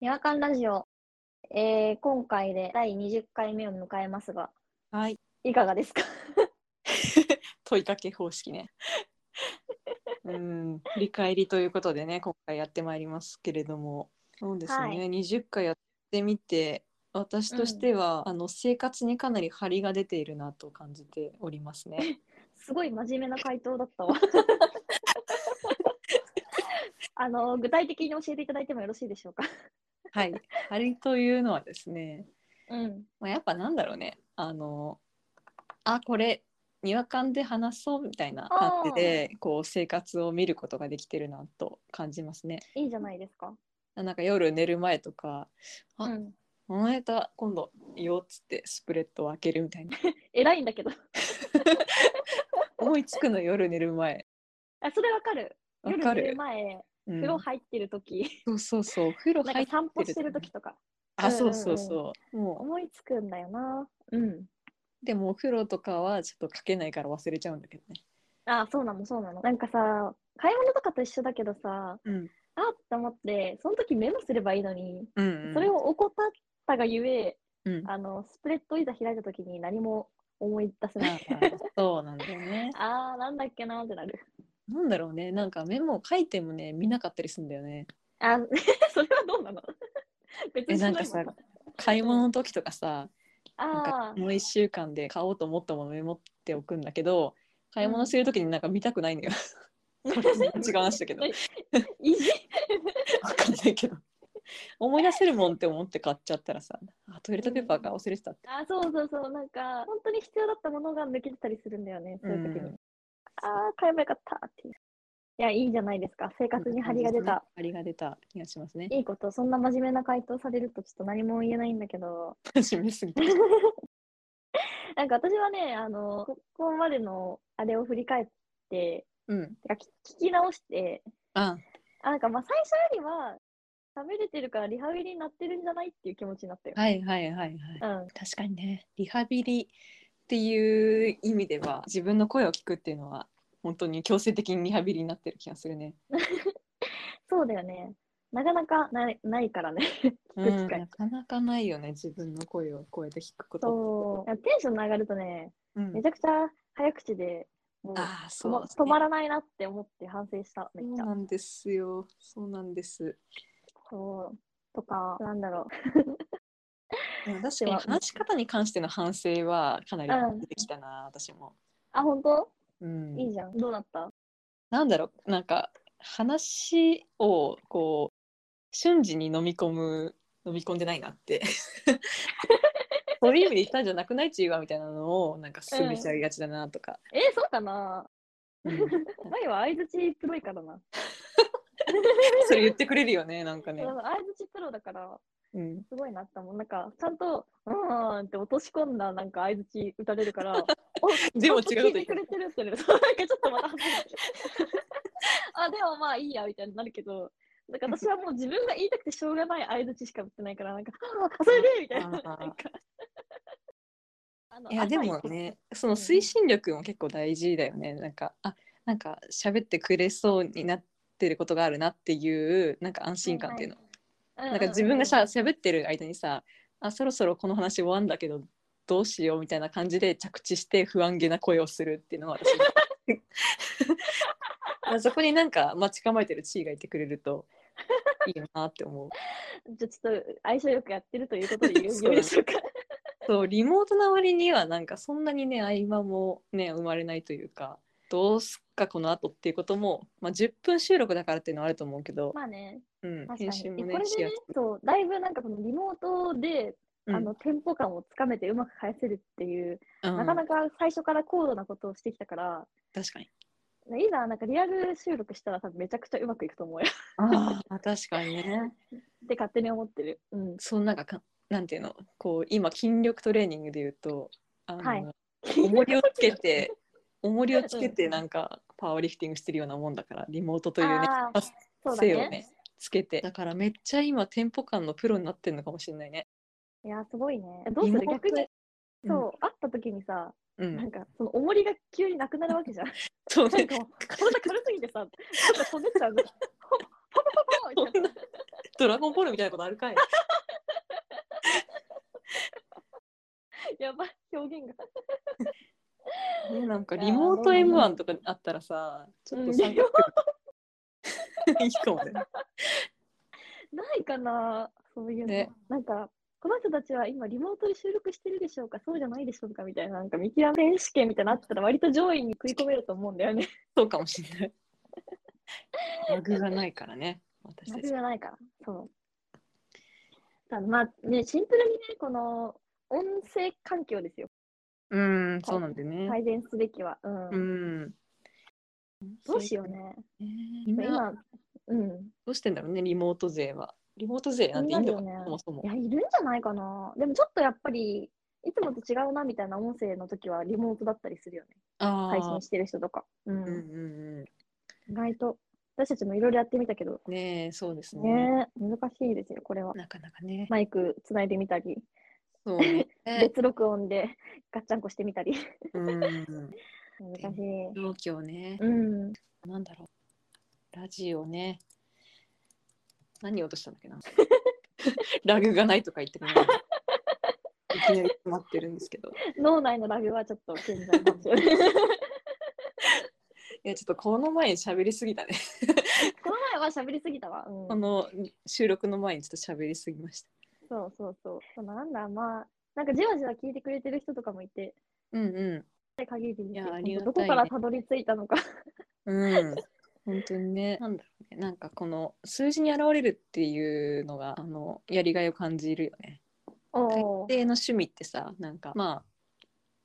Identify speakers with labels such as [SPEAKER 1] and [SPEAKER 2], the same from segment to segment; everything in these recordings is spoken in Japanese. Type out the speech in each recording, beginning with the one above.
[SPEAKER 1] にわかんラジオ、えー今回で第20回目を迎えますが、
[SPEAKER 2] はい。
[SPEAKER 1] いかがですか
[SPEAKER 2] 問いかけ方式ね。うん、振り返りということでね、今回やってまいりますけれども。そうですね、
[SPEAKER 1] はい
[SPEAKER 2] 20回やってみて。私としては、あの生活にかなり張りが出ているなと感じております ね。
[SPEAKER 1] すごい真面目な回答だったわ。 あの具体的に教えていただいてもよろしいでしょうか。
[SPEAKER 2] はい、張りというのはですね、
[SPEAKER 1] うん。
[SPEAKER 2] まあ、やっぱなんだろうね、あの。あ、これ、にわかんで話そうみたいな感じで、こう生活を見ることができてるなと感じますね。
[SPEAKER 1] いいんじゃないですか。
[SPEAKER 2] なんか夜寝る前とか、あ
[SPEAKER 1] うん。
[SPEAKER 2] お前と今度いいよっつってスプレッドを開けるみたいな
[SPEAKER 1] 偉いんだけど。
[SPEAKER 2] 思いつくの夜寝る前
[SPEAKER 1] あ、それわかる。
[SPEAKER 2] わ
[SPEAKER 1] 夜
[SPEAKER 2] か
[SPEAKER 1] 寝る
[SPEAKER 2] る、
[SPEAKER 1] 前、
[SPEAKER 2] うん
[SPEAKER 1] 風呂入ってる時、
[SPEAKER 2] そうそうそうお風呂
[SPEAKER 1] な
[SPEAKER 2] 入
[SPEAKER 1] ん
[SPEAKER 2] っ
[SPEAKER 1] か散歩
[SPEAKER 2] て
[SPEAKER 1] し
[SPEAKER 2] る
[SPEAKER 1] てる時とか、
[SPEAKER 2] あそうそうそう、も
[SPEAKER 1] 思いつくんだよな。うん。
[SPEAKER 2] うでもお風呂とかはちょっとかけないから忘れちゃうんだけどね
[SPEAKER 1] あ、そうなの、そうなの。なんかさ、買い物とかと一緒だけどさ、
[SPEAKER 2] うん
[SPEAKER 1] あって思って、その時メモすればいいのに、
[SPEAKER 2] うん、うん、
[SPEAKER 1] それを怠ったがゆえ、
[SPEAKER 2] うん
[SPEAKER 1] あのスプレッドいざ開いた時に何も思い出せな
[SPEAKER 2] あ
[SPEAKER 1] い。
[SPEAKER 2] ー そうなんだよね
[SPEAKER 1] あー、なんだっけなーってなる。
[SPEAKER 2] なんだろうねなんかメモを書いてもね見なかったりするんだよね
[SPEAKER 1] あ、 それはどうなの別
[SPEAKER 2] え
[SPEAKER 1] にし
[SPEAKER 2] ないん
[SPEAKER 1] も
[SPEAKER 2] かさ
[SPEAKER 1] んな
[SPEAKER 2] 買い物の時とかさなん
[SPEAKER 1] あ
[SPEAKER 2] か
[SPEAKER 1] ー
[SPEAKER 2] もう1週間で買おうと思ったものメモっておくんだけど買い物する時になんか見たくないの よ、これ違う話だけど
[SPEAKER 1] 意地
[SPEAKER 2] わかんないけど。思い出せるもんって思って買っちゃったらさ、あトイレットペーパーが忘れてたって。
[SPEAKER 1] あそうそうそう、なんか、本当に必要だったものが抜けてたりするんだよね、そういう時に。
[SPEAKER 2] うん
[SPEAKER 1] ああ、買えばよかったっていう。いや、いいんじゃないですか。生活に張りが出た。。
[SPEAKER 2] 張りが出た気がしますね。
[SPEAKER 1] いいこと、そんな真面目な回答されるとちょっと何も言えないんだけど、
[SPEAKER 2] 真面目すぎた。
[SPEAKER 1] なんか私はね、あの、ここまでのあれを振り返って、
[SPEAKER 2] うん。
[SPEAKER 1] てか聞聞き直して、
[SPEAKER 2] あ、
[SPEAKER 1] あなんかまあ最初よりは、喋れてるからリハビリになってるんじゃないっていう気持ちになったよ。
[SPEAKER 2] はいはいはいはい。
[SPEAKER 1] うん、
[SPEAKER 2] 確かにね、リハビリっていう意味では、自分の声を聞くっていうのは、本当に強制的にリハビリになってる気がするね。
[SPEAKER 1] そうだよね。なかなかないないからね。
[SPEAKER 2] う
[SPEAKER 1] 聞く機
[SPEAKER 2] ん、
[SPEAKER 1] 会
[SPEAKER 2] なかなかないよね、自分の声をこうやって聞くこと。
[SPEAKER 1] そう。テンション上がるとね、
[SPEAKER 2] うん
[SPEAKER 1] めちゃくちゃ早口で、もう
[SPEAKER 2] ああ、
[SPEAKER 1] 止
[SPEAKER 2] そう
[SPEAKER 1] ま
[SPEAKER 2] ですね、
[SPEAKER 1] 止まらないなって思って反省した、めっち
[SPEAKER 2] そ
[SPEAKER 1] ゃ
[SPEAKER 2] う。なんですよ。そうなんです。
[SPEAKER 1] そう。とか、なんだろう。
[SPEAKER 2] うん確
[SPEAKER 1] て
[SPEAKER 2] かに
[SPEAKER 1] は
[SPEAKER 2] 話し方に関しての反省はかな
[SPEAKER 1] うん
[SPEAKER 2] り出てきたな、私も、
[SPEAKER 1] あ、本当
[SPEAKER 2] うん
[SPEAKER 1] いいじゃん。どうなった
[SPEAKER 2] なんだろうなんか話をこう瞬時に飲み込む飲み込んでないなって そういう意味で言ったんじゃなくないちいわみたいなのをなんか進めちゃいがちだなとか、
[SPEAKER 1] えーそうかな
[SPEAKER 2] うん
[SPEAKER 1] 前は相槌プロいからな。
[SPEAKER 2] それ言ってくれるよねなんかね
[SPEAKER 1] 相、槌プロだから、
[SPEAKER 2] うん、
[SPEAKER 1] すごいなって思う。なんか、ちゃんと、うーんって落とし込んだ、なんか相槌打たれる から、お
[SPEAKER 2] でも違うこと
[SPEAKER 1] ちゃん聞いてくれてるって ね、そうなんかちょっとまた恥ずかしい あ、でもまあいいや、みたいになるけど、なんか私はもう自分が言いたくてしょうがない相槌しか打ってないから、なんか、ああ、それでみたいな。なん
[SPEAKER 2] あー
[SPEAKER 1] かあ の
[SPEAKER 2] いやでも
[SPEAKER 1] 浅い
[SPEAKER 2] ねその
[SPEAKER 1] うん
[SPEAKER 2] 推進力も結構大事だよね、なんかあなんか喋ってくれそうになってることがあるなっていうなんか安心感っていうの、
[SPEAKER 1] はいはい
[SPEAKER 2] なんか自分がさ喋ってる間にさあそろそろこの話終わんだけどどうしようみたいな感じで着地して不安げな声をするっていうのは 私あそこになんか待ち構えてる地位がいてくれるといいなって思う
[SPEAKER 1] じゃあちょっと相性よくやってるということで言う
[SPEAKER 2] そうだね
[SPEAKER 1] よでしょうか。
[SPEAKER 2] そうリモートな割にはなんかそんなにね合間もね生まれないというかどうすっかこの後っていうことも、まあ、10分収録だからっていうのはあると思うけど、
[SPEAKER 1] まあね、
[SPEAKER 2] うん、
[SPEAKER 1] 確か
[SPEAKER 2] 編
[SPEAKER 1] に。
[SPEAKER 2] 集
[SPEAKER 1] え
[SPEAKER 2] も
[SPEAKER 1] こ
[SPEAKER 2] ね
[SPEAKER 1] れ
[SPEAKER 2] し
[SPEAKER 1] で
[SPEAKER 2] や
[SPEAKER 1] ね
[SPEAKER 2] すい、
[SPEAKER 1] そう、だいぶなんかそのリモートで、
[SPEAKER 2] うん
[SPEAKER 1] あの、テンポ感をつかめてうまく返せるっていう、
[SPEAKER 2] うん
[SPEAKER 1] なかなか最初から高度なことをしてきたから、
[SPEAKER 2] 確かに
[SPEAKER 1] いざなんかリアル収録したら多分めちゃくちゃうまくいくと思うよ。
[SPEAKER 2] ああ 確かにね
[SPEAKER 1] って勝手に思ってる。うん。
[SPEAKER 2] そうなんかかなんていうのこう今筋力トレーニングで言うとあの、
[SPEAKER 1] はい
[SPEAKER 2] 重りをつけ て重りをつけてなんかパワーリフティングしてるようなもんだからリモートというね
[SPEAKER 1] あー
[SPEAKER 2] 発
[SPEAKER 1] そうだ
[SPEAKER 2] 生を
[SPEAKER 1] ね
[SPEAKER 2] ね。つけてだからめっちゃ今テンポ感のプロになってるのかもしれないね。
[SPEAKER 1] いや、すごいね。どうする
[SPEAKER 2] リモート
[SPEAKER 1] 逆に、
[SPEAKER 2] うん
[SPEAKER 1] そう、会った時にさ、
[SPEAKER 2] うん
[SPEAKER 1] なんかその重りが急になくなるわけじゃん。
[SPEAKER 2] そう
[SPEAKER 1] なん
[SPEAKER 2] ね
[SPEAKER 1] か。もう体軽すぎてさ、なんか飛んでっちゃうの。ポポポみたいな
[SPEAKER 2] ドラゴンボールみたいなことあるかい
[SPEAKER 1] やばい表現が
[SPEAKER 2] ね、なんか
[SPEAKER 1] いやー
[SPEAKER 2] リモート
[SPEAKER 1] どうも
[SPEAKER 2] M1 とかあったらさ、ちょっと参加いいか もね。
[SPEAKER 1] ないかなそういうの、
[SPEAKER 2] ね
[SPEAKER 1] なんかこの人たちは今リモートで収録してるでしょうかそうじゃないでしょうかみたいななんか見極め試験みたいなのあったら割と上位に食い込めると思うんだよね。
[SPEAKER 2] そうかもしれない。ラグがないからね、私
[SPEAKER 1] マ
[SPEAKER 2] た
[SPEAKER 1] ジ
[SPEAKER 2] ち
[SPEAKER 1] じ。ゃないから。そう。ただまあねシンプルにねこの音声環境ですよ
[SPEAKER 2] うん、そうなんでね。
[SPEAKER 1] 改善すべきは。うん。
[SPEAKER 2] うん。
[SPEAKER 1] どうしよう。ね。
[SPEAKER 2] みんな
[SPEAKER 1] 今うん。
[SPEAKER 2] どうしてんだろうね、リモート勢は。リモート勢なんていいのか
[SPEAKER 1] 気になるよ
[SPEAKER 2] な、
[SPEAKER 1] ね
[SPEAKER 2] そもそも
[SPEAKER 1] い。や、いるんじゃないかな。でもちょっとやっぱり、いつもと違うなみたいな音声の時はリモートだったりするよね。
[SPEAKER 2] あ
[SPEAKER 1] 配
[SPEAKER 2] あ
[SPEAKER 1] 信。してる人とか。う
[SPEAKER 2] うん
[SPEAKER 1] ん。
[SPEAKER 2] うんう
[SPEAKER 1] 意外と。私たちもいろいろやってみたけど、
[SPEAKER 2] ん。ねえ、そうですね。
[SPEAKER 1] ねえ難しいですよ、これは。
[SPEAKER 2] なかなかね。
[SPEAKER 1] マイクつないでみたり、
[SPEAKER 2] そうね。
[SPEAKER 1] 別録音 でガッチャンコしてみたり。
[SPEAKER 2] うん。
[SPEAKER 1] 難しい。
[SPEAKER 2] 状況ね。
[SPEAKER 1] うん。
[SPEAKER 2] なんだろう。ラジオね。何を落としたんだっけな。 ラグがないとか言ってるのにいきなり止まってるんですけど。い
[SPEAKER 1] 脳内のラグはちょっと健在かも しれない
[SPEAKER 2] や、ちょっとこの前に喋りすぎたね。
[SPEAKER 1] この前は喋りすぎたわ。うん
[SPEAKER 2] この収録の前にちょっと喋りすぎました。
[SPEAKER 1] そうそうそう。そうなんだ、まあ、なんかじわじわ聞いてくれてる人とかもいて、
[SPEAKER 2] うんう
[SPEAKER 1] 限りです
[SPEAKER 2] いや
[SPEAKER 1] よ
[SPEAKER 2] ありがたい
[SPEAKER 1] ど
[SPEAKER 2] ね
[SPEAKER 1] こからたどり着いたのか。
[SPEAKER 2] ん。うん。本当にね。なんだろうね。なんかこの数字に現れるっていうのが、あの、やりがいを感じるよね。
[SPEAKER 1] お
[SPEAKER 2] 大抵の趣味ってさなんかま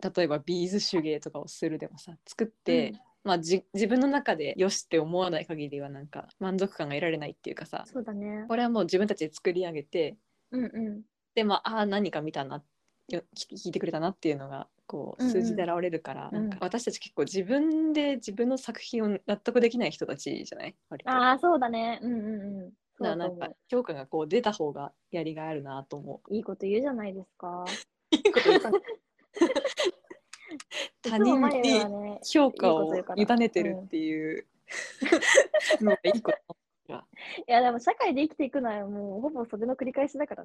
[SPEAKER 2] あ例えばビーズ手芸とかをするでもさ作って、
[SPEAKER 1] うん
[SPEAKER 2] まあ、じ自分の中でよしって思わない限りはなんか満足感が得られないっていうかさ
[SPEAKER 1] そうだね。
[SPEAKER 2] これはもう自分たちで作り上げて
[SPEAKER 1] うんうん。
[SPEAKER 2] でまああー何か見たなよ聞聞いてくれたなっていうのがこう
[SPEAKER 1] うんうん
[SPEAKER 2] 数字で現れるから、
[SPEAKER 1] うん
[SPEAKER 2] なんか私たち結構自分で自分の作品を納得できない人たちじゃない割とだか
[SPEAKER 1] ああ、そうだね。うんうんうん。そう
[SPEAKER 2] ら
[SPEAKER 1] だ
[SPEAKER 2] な
[SPEAKER 1] と
[SPEAKER 2] ん
[SPEAKER 1] 思
[SPEAKER 2] か
[SPEAKER 1] う
[SPEAKER 2] 評価がこう出た方がやりがいあるなと思う。
[SPEAKER 1] いいこと言うじゃないですか。
[SPEAKER 2] いいこと言った他人
[SPEAKER 1] いつも
[SPEAKER 2] に
[SPEAKER 1] 前はね、
[SPEAKER 2] 評価を
[SPEAKER 1] いいこと言
[SPEAKER 2] 委
[SPEAKER 1] うから
[SPEAKER 2] ねてるっ ていう のがいいこと。
[SPEAKER 1] いやでも社会で生きていくのはもうほぼそれの繰り返しだから、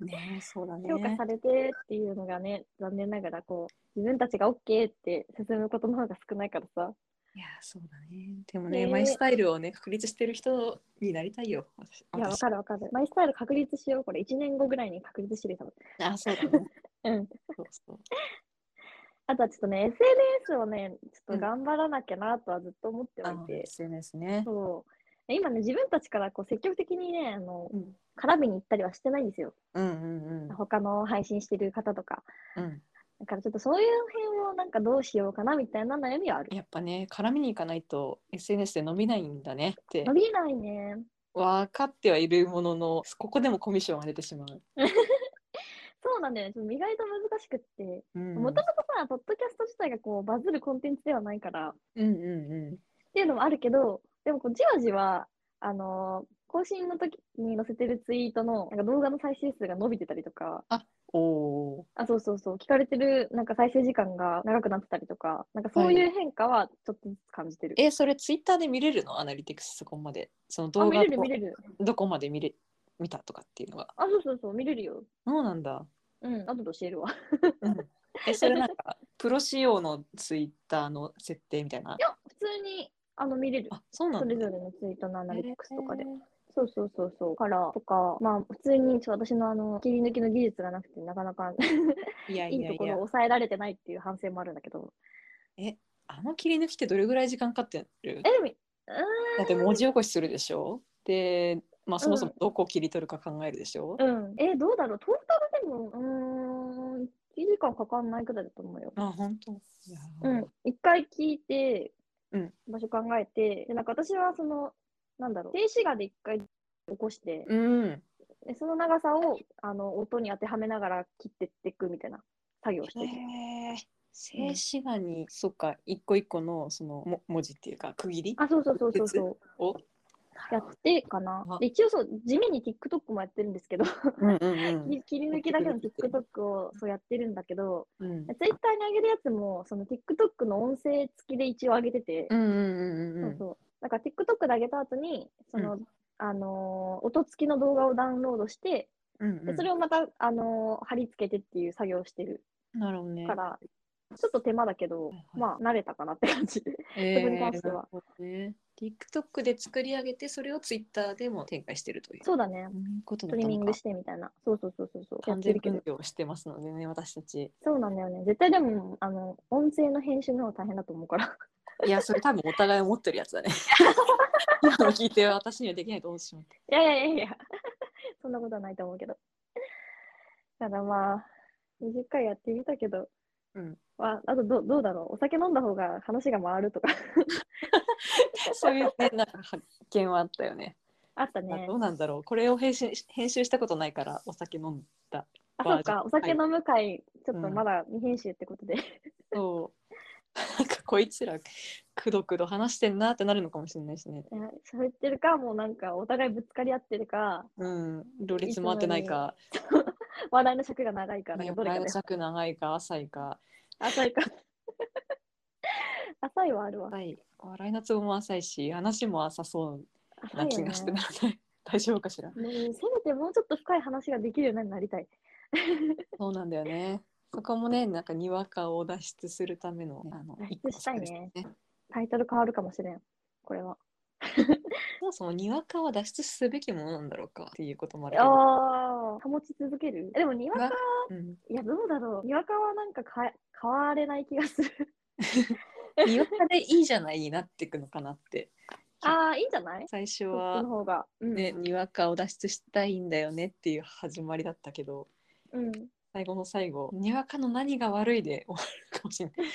[SPEAKER 2] ね、そうだね
[SPEAKER 1] 評価されてっていうのがね、残念ながらこう、自分たちが OK って進むことの方が少ないからさ。
[SPEAKER 2] いや、そうだね。でもね、
[SPEAKER 1] ね
[SPEAKER 2] マイスタイルをね、確立してる人になりたいよ。私
[SPEAKER 1] いや、わかるわかる。マイスタイル確立しよう。これ1年後ぐらいに確立してる多分。
[SPEAKER 2] 私あ、そうだね。
[SPEAKER 1] うん。
[SPEAKER 2] そう そう。
[SPEAKER 1] あとはちょっとね、SNS をね、ちょ
[SPEAKER 2] う
[SPEAKER 1] っ
[SPEAKER 2] ん
[SPEAKER 1] と頑張らなきゃなとはずっと思って
[SPEAKER 2] あ
[SPEAKER 1] はい
[SPEAKER 2] の
[SPEAKER 1] て。
[SPEAKER 2] SNS ね。
[SPEAKER 1] そう。今ね、自分たちからこう積極的にね、あの、
[SPEAKER 2] うん
[SPEAKER 1] 絡みに行ったりはしてないんですよ。
[SPEAKER 2] うんうんうん
[SPEAKER 1] 他の配信してる方とか。
[SPEAKER 2] うん。
[SPEAKER 1] だからちょっとそういう辺をなんかどうしようかなみたいな悩みはある。
[SPEAKER 2] やっぱね、絡みに行かないと SNS で伸びないんだねって
[SPEAKER 1] 伸びないね。
[SPEAKER 2] 分かってはいるものの、ここでもコミッションが出てしまう。
[SPEAKER 1] そうなんだよね。ちょっと意外と難しくって。
[SPEAKER 2] うん
[SPEAKER 1] もともとさ、ポッドキャスト自体がこうバズるコンテンツではないから、っ
[SPEAKER 2] うんうんうん。
[SPEAKER 1] ていうのもあるけど、でもこうじわじわ、あのー更新の時に載せてるツイートのなんか動画の再生数が伸びてたりとか、
[SPEAKER 2] おおー。
[SPEAKER 1] あ、そうそうそう、聞かれてるなんか再生時間が長くなってたりとか、なんかそういう変化はちょっとずつ感じてる。
[SPEAKER 2] え、それツイッターで見れるのアナリティクスそこまで。その
[SPEAKER 1] あ、
[SPEAKER 2] 動
[SPEAKER 1] 見
[SPEAKER 2] 画を
[SPEAKER 1] れる見れる。
[SPEAKER 2] どこまで見れ見たとかっていうのが。
[SPEAKER 1] あ、そうそうそう、見れるよ。
[SPEAKER 2] そうなんだ。
[SPEAKER 1] うん、後で教えるわ。い
[SPEAKER 2] うんえ、それなんか、プロ仕様のツイッターの設定みたいな。
[SPEAKER 1] や、普通に、あの、見れる。
[SPEAKER 2] あ、そうな
[SPEAKER 1] そ
[SPEAKER 2] んだ。
[SPEAKER 1] れぞれのツイートのアナリティクスとかで
[SPEAKER 2] へ。ー
[SPEAKER 1] そうそうそうそう。から、とか、まあ、普通にちょっと私のあの、切り抜きの技術がなくて、なかなか
[SPEAKER 2] いや
[SPEAKER 1] い
[SPEAKER 2] い
[SPEAKER 1] い
[SPEAKER 2] や
[SPEAKER 1] と
[SPEAKER 2] い
[SPEAKER 1] ころを
[SPEAKER 2] や。
[SPEAKER 1] 抑えられてないっていう反省もあるんだけど。
[SPEAKER 2] あの切り抜きってどれぐらい時間かかって
[SPEAKER 1] え、
[SPEAKER 2] る
[SPEAKER 1] でも、う
[SPEAKER 2] だって文字起こしするでしょで、まあそもそも
[SPEAKER 1] う
[SPEAKER 2] どこを切り取るか考えるでしょ、
[SPEAKER 1] ーん、うん。え、どうだろう。トータルでも、うーん、1時間かかんないくらいだと思うよ。
[SPEAKER 2] あ、本当。いやー
[SPEAKER 1] うん、一回聞いて、
[SPEAKER 2] うん
[SPEAKER 1] 場所考えて、でなんか私はその、なんだろう、静止画で一回起こして、
[SPEAKER 2] うん。
[SPEAKER 1] でその長さをあの音に当てはめながら切ってっていくみたいな作業をしてる。
[SPEAKER 2] へー静止画に、そっか、一個一個のそのも文字っていうか、区切り
[SPEAKER 1] あ、そうそうそうそうそう。
[SPEAKER 2] を
[SPEAKER 1] やってかな
[SPEAKER 2] あ。
[SPEAKER 1] で一応そう、地味に TikTok もやってるんですけど、
[SPEAKER 2] うんうん
[SPEAKER 1] 切り抜きだけの TikTok をそうやってるんだけど、
[SPEAKER 2] うん。うん。
[SPEAKER 1] Twitter に上げるやつも、その TikTok の音声付きで一応上げてて、
[SPEAKER 2] うんうんうんう
[SPEAKER 1] そ
[SPEAKER 2] ん
[SPEAKER 1] うそう。なんか TikTok で上げた後に、その、あのー音付きの動画をダウンロードして、
[SPEAKER 2] うんう
[SPEAKER 1] で
[SPEAKER 2] ん
[SPEAKER 1] それをまた、あのー貼り付けてっていう作業をしてる
[SPEAKER 2] なるほどね。
[SPEAKER 1] から、ちょっと手間だけど、
[SPEAKER 2] はいはい
[SPEAKER 1] まあ、慣れたかなって感じ。
[SPEAKER 2] え
[SPEAKER 1] そこに関しては
[SPEAKER 2] なるほどね、TikTok で作り上げて、それを Twitter でも展開してるという。
[SPEAKER 1] そうだね
[SPEAKER 2] そ。ういうこと
[SPEAKER 1] スト
[SPEAKER 2] だっ
[SPEAKER 1] リー
[SPEAKER 2] た
[SPEAKER 1] ミ
[SPEAKER 2] の
[SPEAKER 1] ン
[SPEAKER 2] か
[SPEAKER 1] グしてみたいな。そうそうそうそうそう。やっ
[SPEAKER 2] 完
[SPEAKER 1] て
[SPEAKER 2] 全
[SPEAKER 1] るけど
[SPEAKER 2] 分。業してますのでね、私たち。
[SPEAKER 1] そうなんだよね。絶対でも、あの、音声の編集の方が大変だと思うから。
[SPEAKER 2] いや、それ多分お互い思ってるやつだね。今の聞いて私にはできないと思ってしまっ た。
[SPEAKER 1] いやいやいやいや、 そんなことはないと思うけど。ただまあ、20回やってみたけど、
[SPEAKER 2] うん
[SPEAKER 1] まあ、あとどどうだろう。お酒飲んだ方が話が回るとか
[SPEAKER 2] そういう、ね、なんか発見はあったよね。
[SPEAKER 1] あった
[SPEAKER 2] あ
[SPEAKER 1] ね
[SPEAKER 2] ど。うなんだろう。これを編集編集したことないから、お酒飲んだ。
[SPEAKER 1] あ、そうか。お酒飲む会、ちょっと
[SPEAKER 2] うん
[SPEAKER 1] まだ未編集ってことで。
[SPEAKER 2] そう。なんかこいつら、くどくど話してんなってなるのかもしれないしね。
[SPEAKER 1] いや 喋ってるか、もうなんかお互いぶつかり合ってるか、
[SPEAKER 2] うん。両立回ってないか、
[SPEAKER 1] 話題の尺が長いか、なん
[SPEAKER 2] ね
[SPEAKER 1] かどれ
[SPEAKER 2] 前
[SPEAKER 1] か
[SPEAKER 2] の
[SPEAKER 1] で。
[SPEAKER 2] 尺長いか、浅いか。
[SPEAKER 1] 浅いか。浅いはあるわ。
[SPEAKER 2] 浅い。笑いのツボも浅いし、話も浅そう
[SPEAKER 1] 浅
[SPEAKER 2] ない
[SPEAKER 1] よ
[SPEAKER 2] 気
[SPEAKER 1] ね
[SPEAKER 2] がしてならない。 大丈夫かしら。
[SPEAKER 1] もうせめてもうちょっと深い話ができるようになりたい。
[SPEAKER 2] そうなんだよね。そこもね、なんかにわかを脱出するための、あの
[SPEAKER 1] 脱出
[SPEAKER 2] 一個の
[SPEAKER 1] したいね
[SPEAKER 2] ステップです
[SPEAKER 1] タイトル変わるかもしれん。これは。
[SPEAKER 2] そもそもにわかは脱出すべきものなんだろうかっていうこともあるけど。
[SPEAKER 1] ああ。保ち続けるえでも、にわか、
[SPEAKER 2] うん
[SPEAKER 1] いや、どうだろう。にわかはなんかか変われない気がする。
[SPEAKER 2] にわかでいいじゃないになっていくのかなって。
[SPEAKER 1] あ あ、いいんじゃない
[SPEAKER 2] 最初
[SPEAKER 1] そっち
[SPEAKER 2] は
[SPEAKER 1] の、方が。うん。
[SPEAKER 2] ね、にわかを脱出したいんだよねっていう始まりだったけど、
[SPEAKER 1] うん、
[SPEAKER 2] 最後の最後、にわかの何が悪いで終わるかもしれない。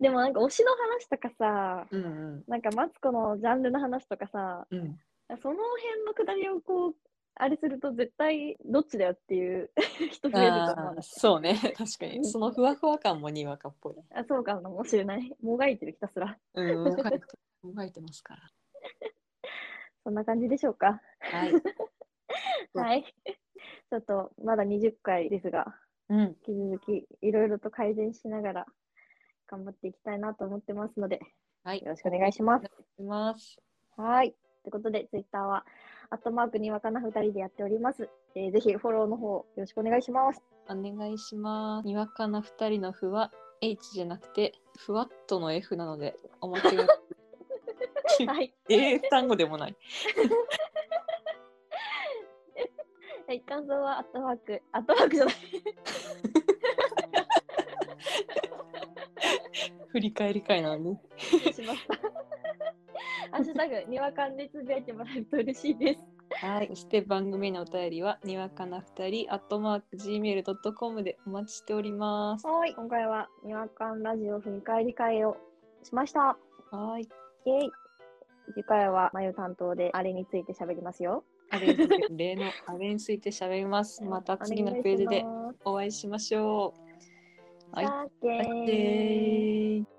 [SPEAKER 1] でも、なんか推しの話とかさ、
[SPEAKER 2] うんうん
[SPEAKER 1] なんかマツコのジャンルの話とかさ、
[SPEAKER 2] うん、
[SPEAKER 1] その辺のくだりをこう、あれすると絶対どっちだよっていう 人増えると思
[SPEAKER 2] あ
[SPEAKER 1] う
[SPEAKER 2] ー
[SPEAKER 1] な
[SPEAKER 2] そうね 確かにそのふわふわ感もにわかっぽい、
[SPEAKER 1] あそうかもしれない。もがいてるひたすら。
[SPEAKER 2] うん、もがいてもがいてますから
[SPEAKER 1] そんな感じでしょうか。
[SPEAKER 2] はい。そう
[SPEAKER 1] はい。 ちょっとまだ20回ですが、
[SPEAKER 2] うん。
[SPEAKER 1] 引き続きいろいろと改善しながら頑張っていきたいなと思ってますので、
[SPEAKER 2] はい。
[SPEAKER 1] よろしくお願いします。
[SPEAKER 2] します。
[SPEAKER 1] はい。ということで、ツイッターは、アットマークにわかな2人でやっております。えーぜひフォローの方、よろしくお願いします。
[SPEAKER 2] お願いします。にわかな二人のふは H じゃなくてふわっとの F なのでお間違いなく。
[SPEAKER 1] はい。
[SPEAKER 2] 英単語でもない。
[SPEAKER 1] はい、感想は、アットマーク、アットマークじゃない。
[SPEAKER 2] 振り返り会なのに。
[SPEAKER 1] し ました。ハッシュタグ、にわかんでつぶやいてもらえると嬉しいです。
[SPEAKER 2] はい。そして番組へのお便りはにわかな二人アットマーク gmail ドットコムでお待ちしております。
[SPEAKER 1] はい、今回はにわかんラジオ振り返り会をしました。
[SPEAKER 2] はい。
[SPEAKER 1] イェイ次回はまゆ担当であれについて喋りますよ。
[SPEAKER 2] あれについて 例のあれについて喋ります。また次のページ
[SPEAKER 1] お
[SPEAKER 2] で
[SPEAKER 1] 願いし
[SPEAKER 2] お会いしましょう。
[SPEAKER 1] ます。さ
[SPEAKER 2] はい。
[SPEAKER 1] ーけー
[SPEAKER 2] イエーイ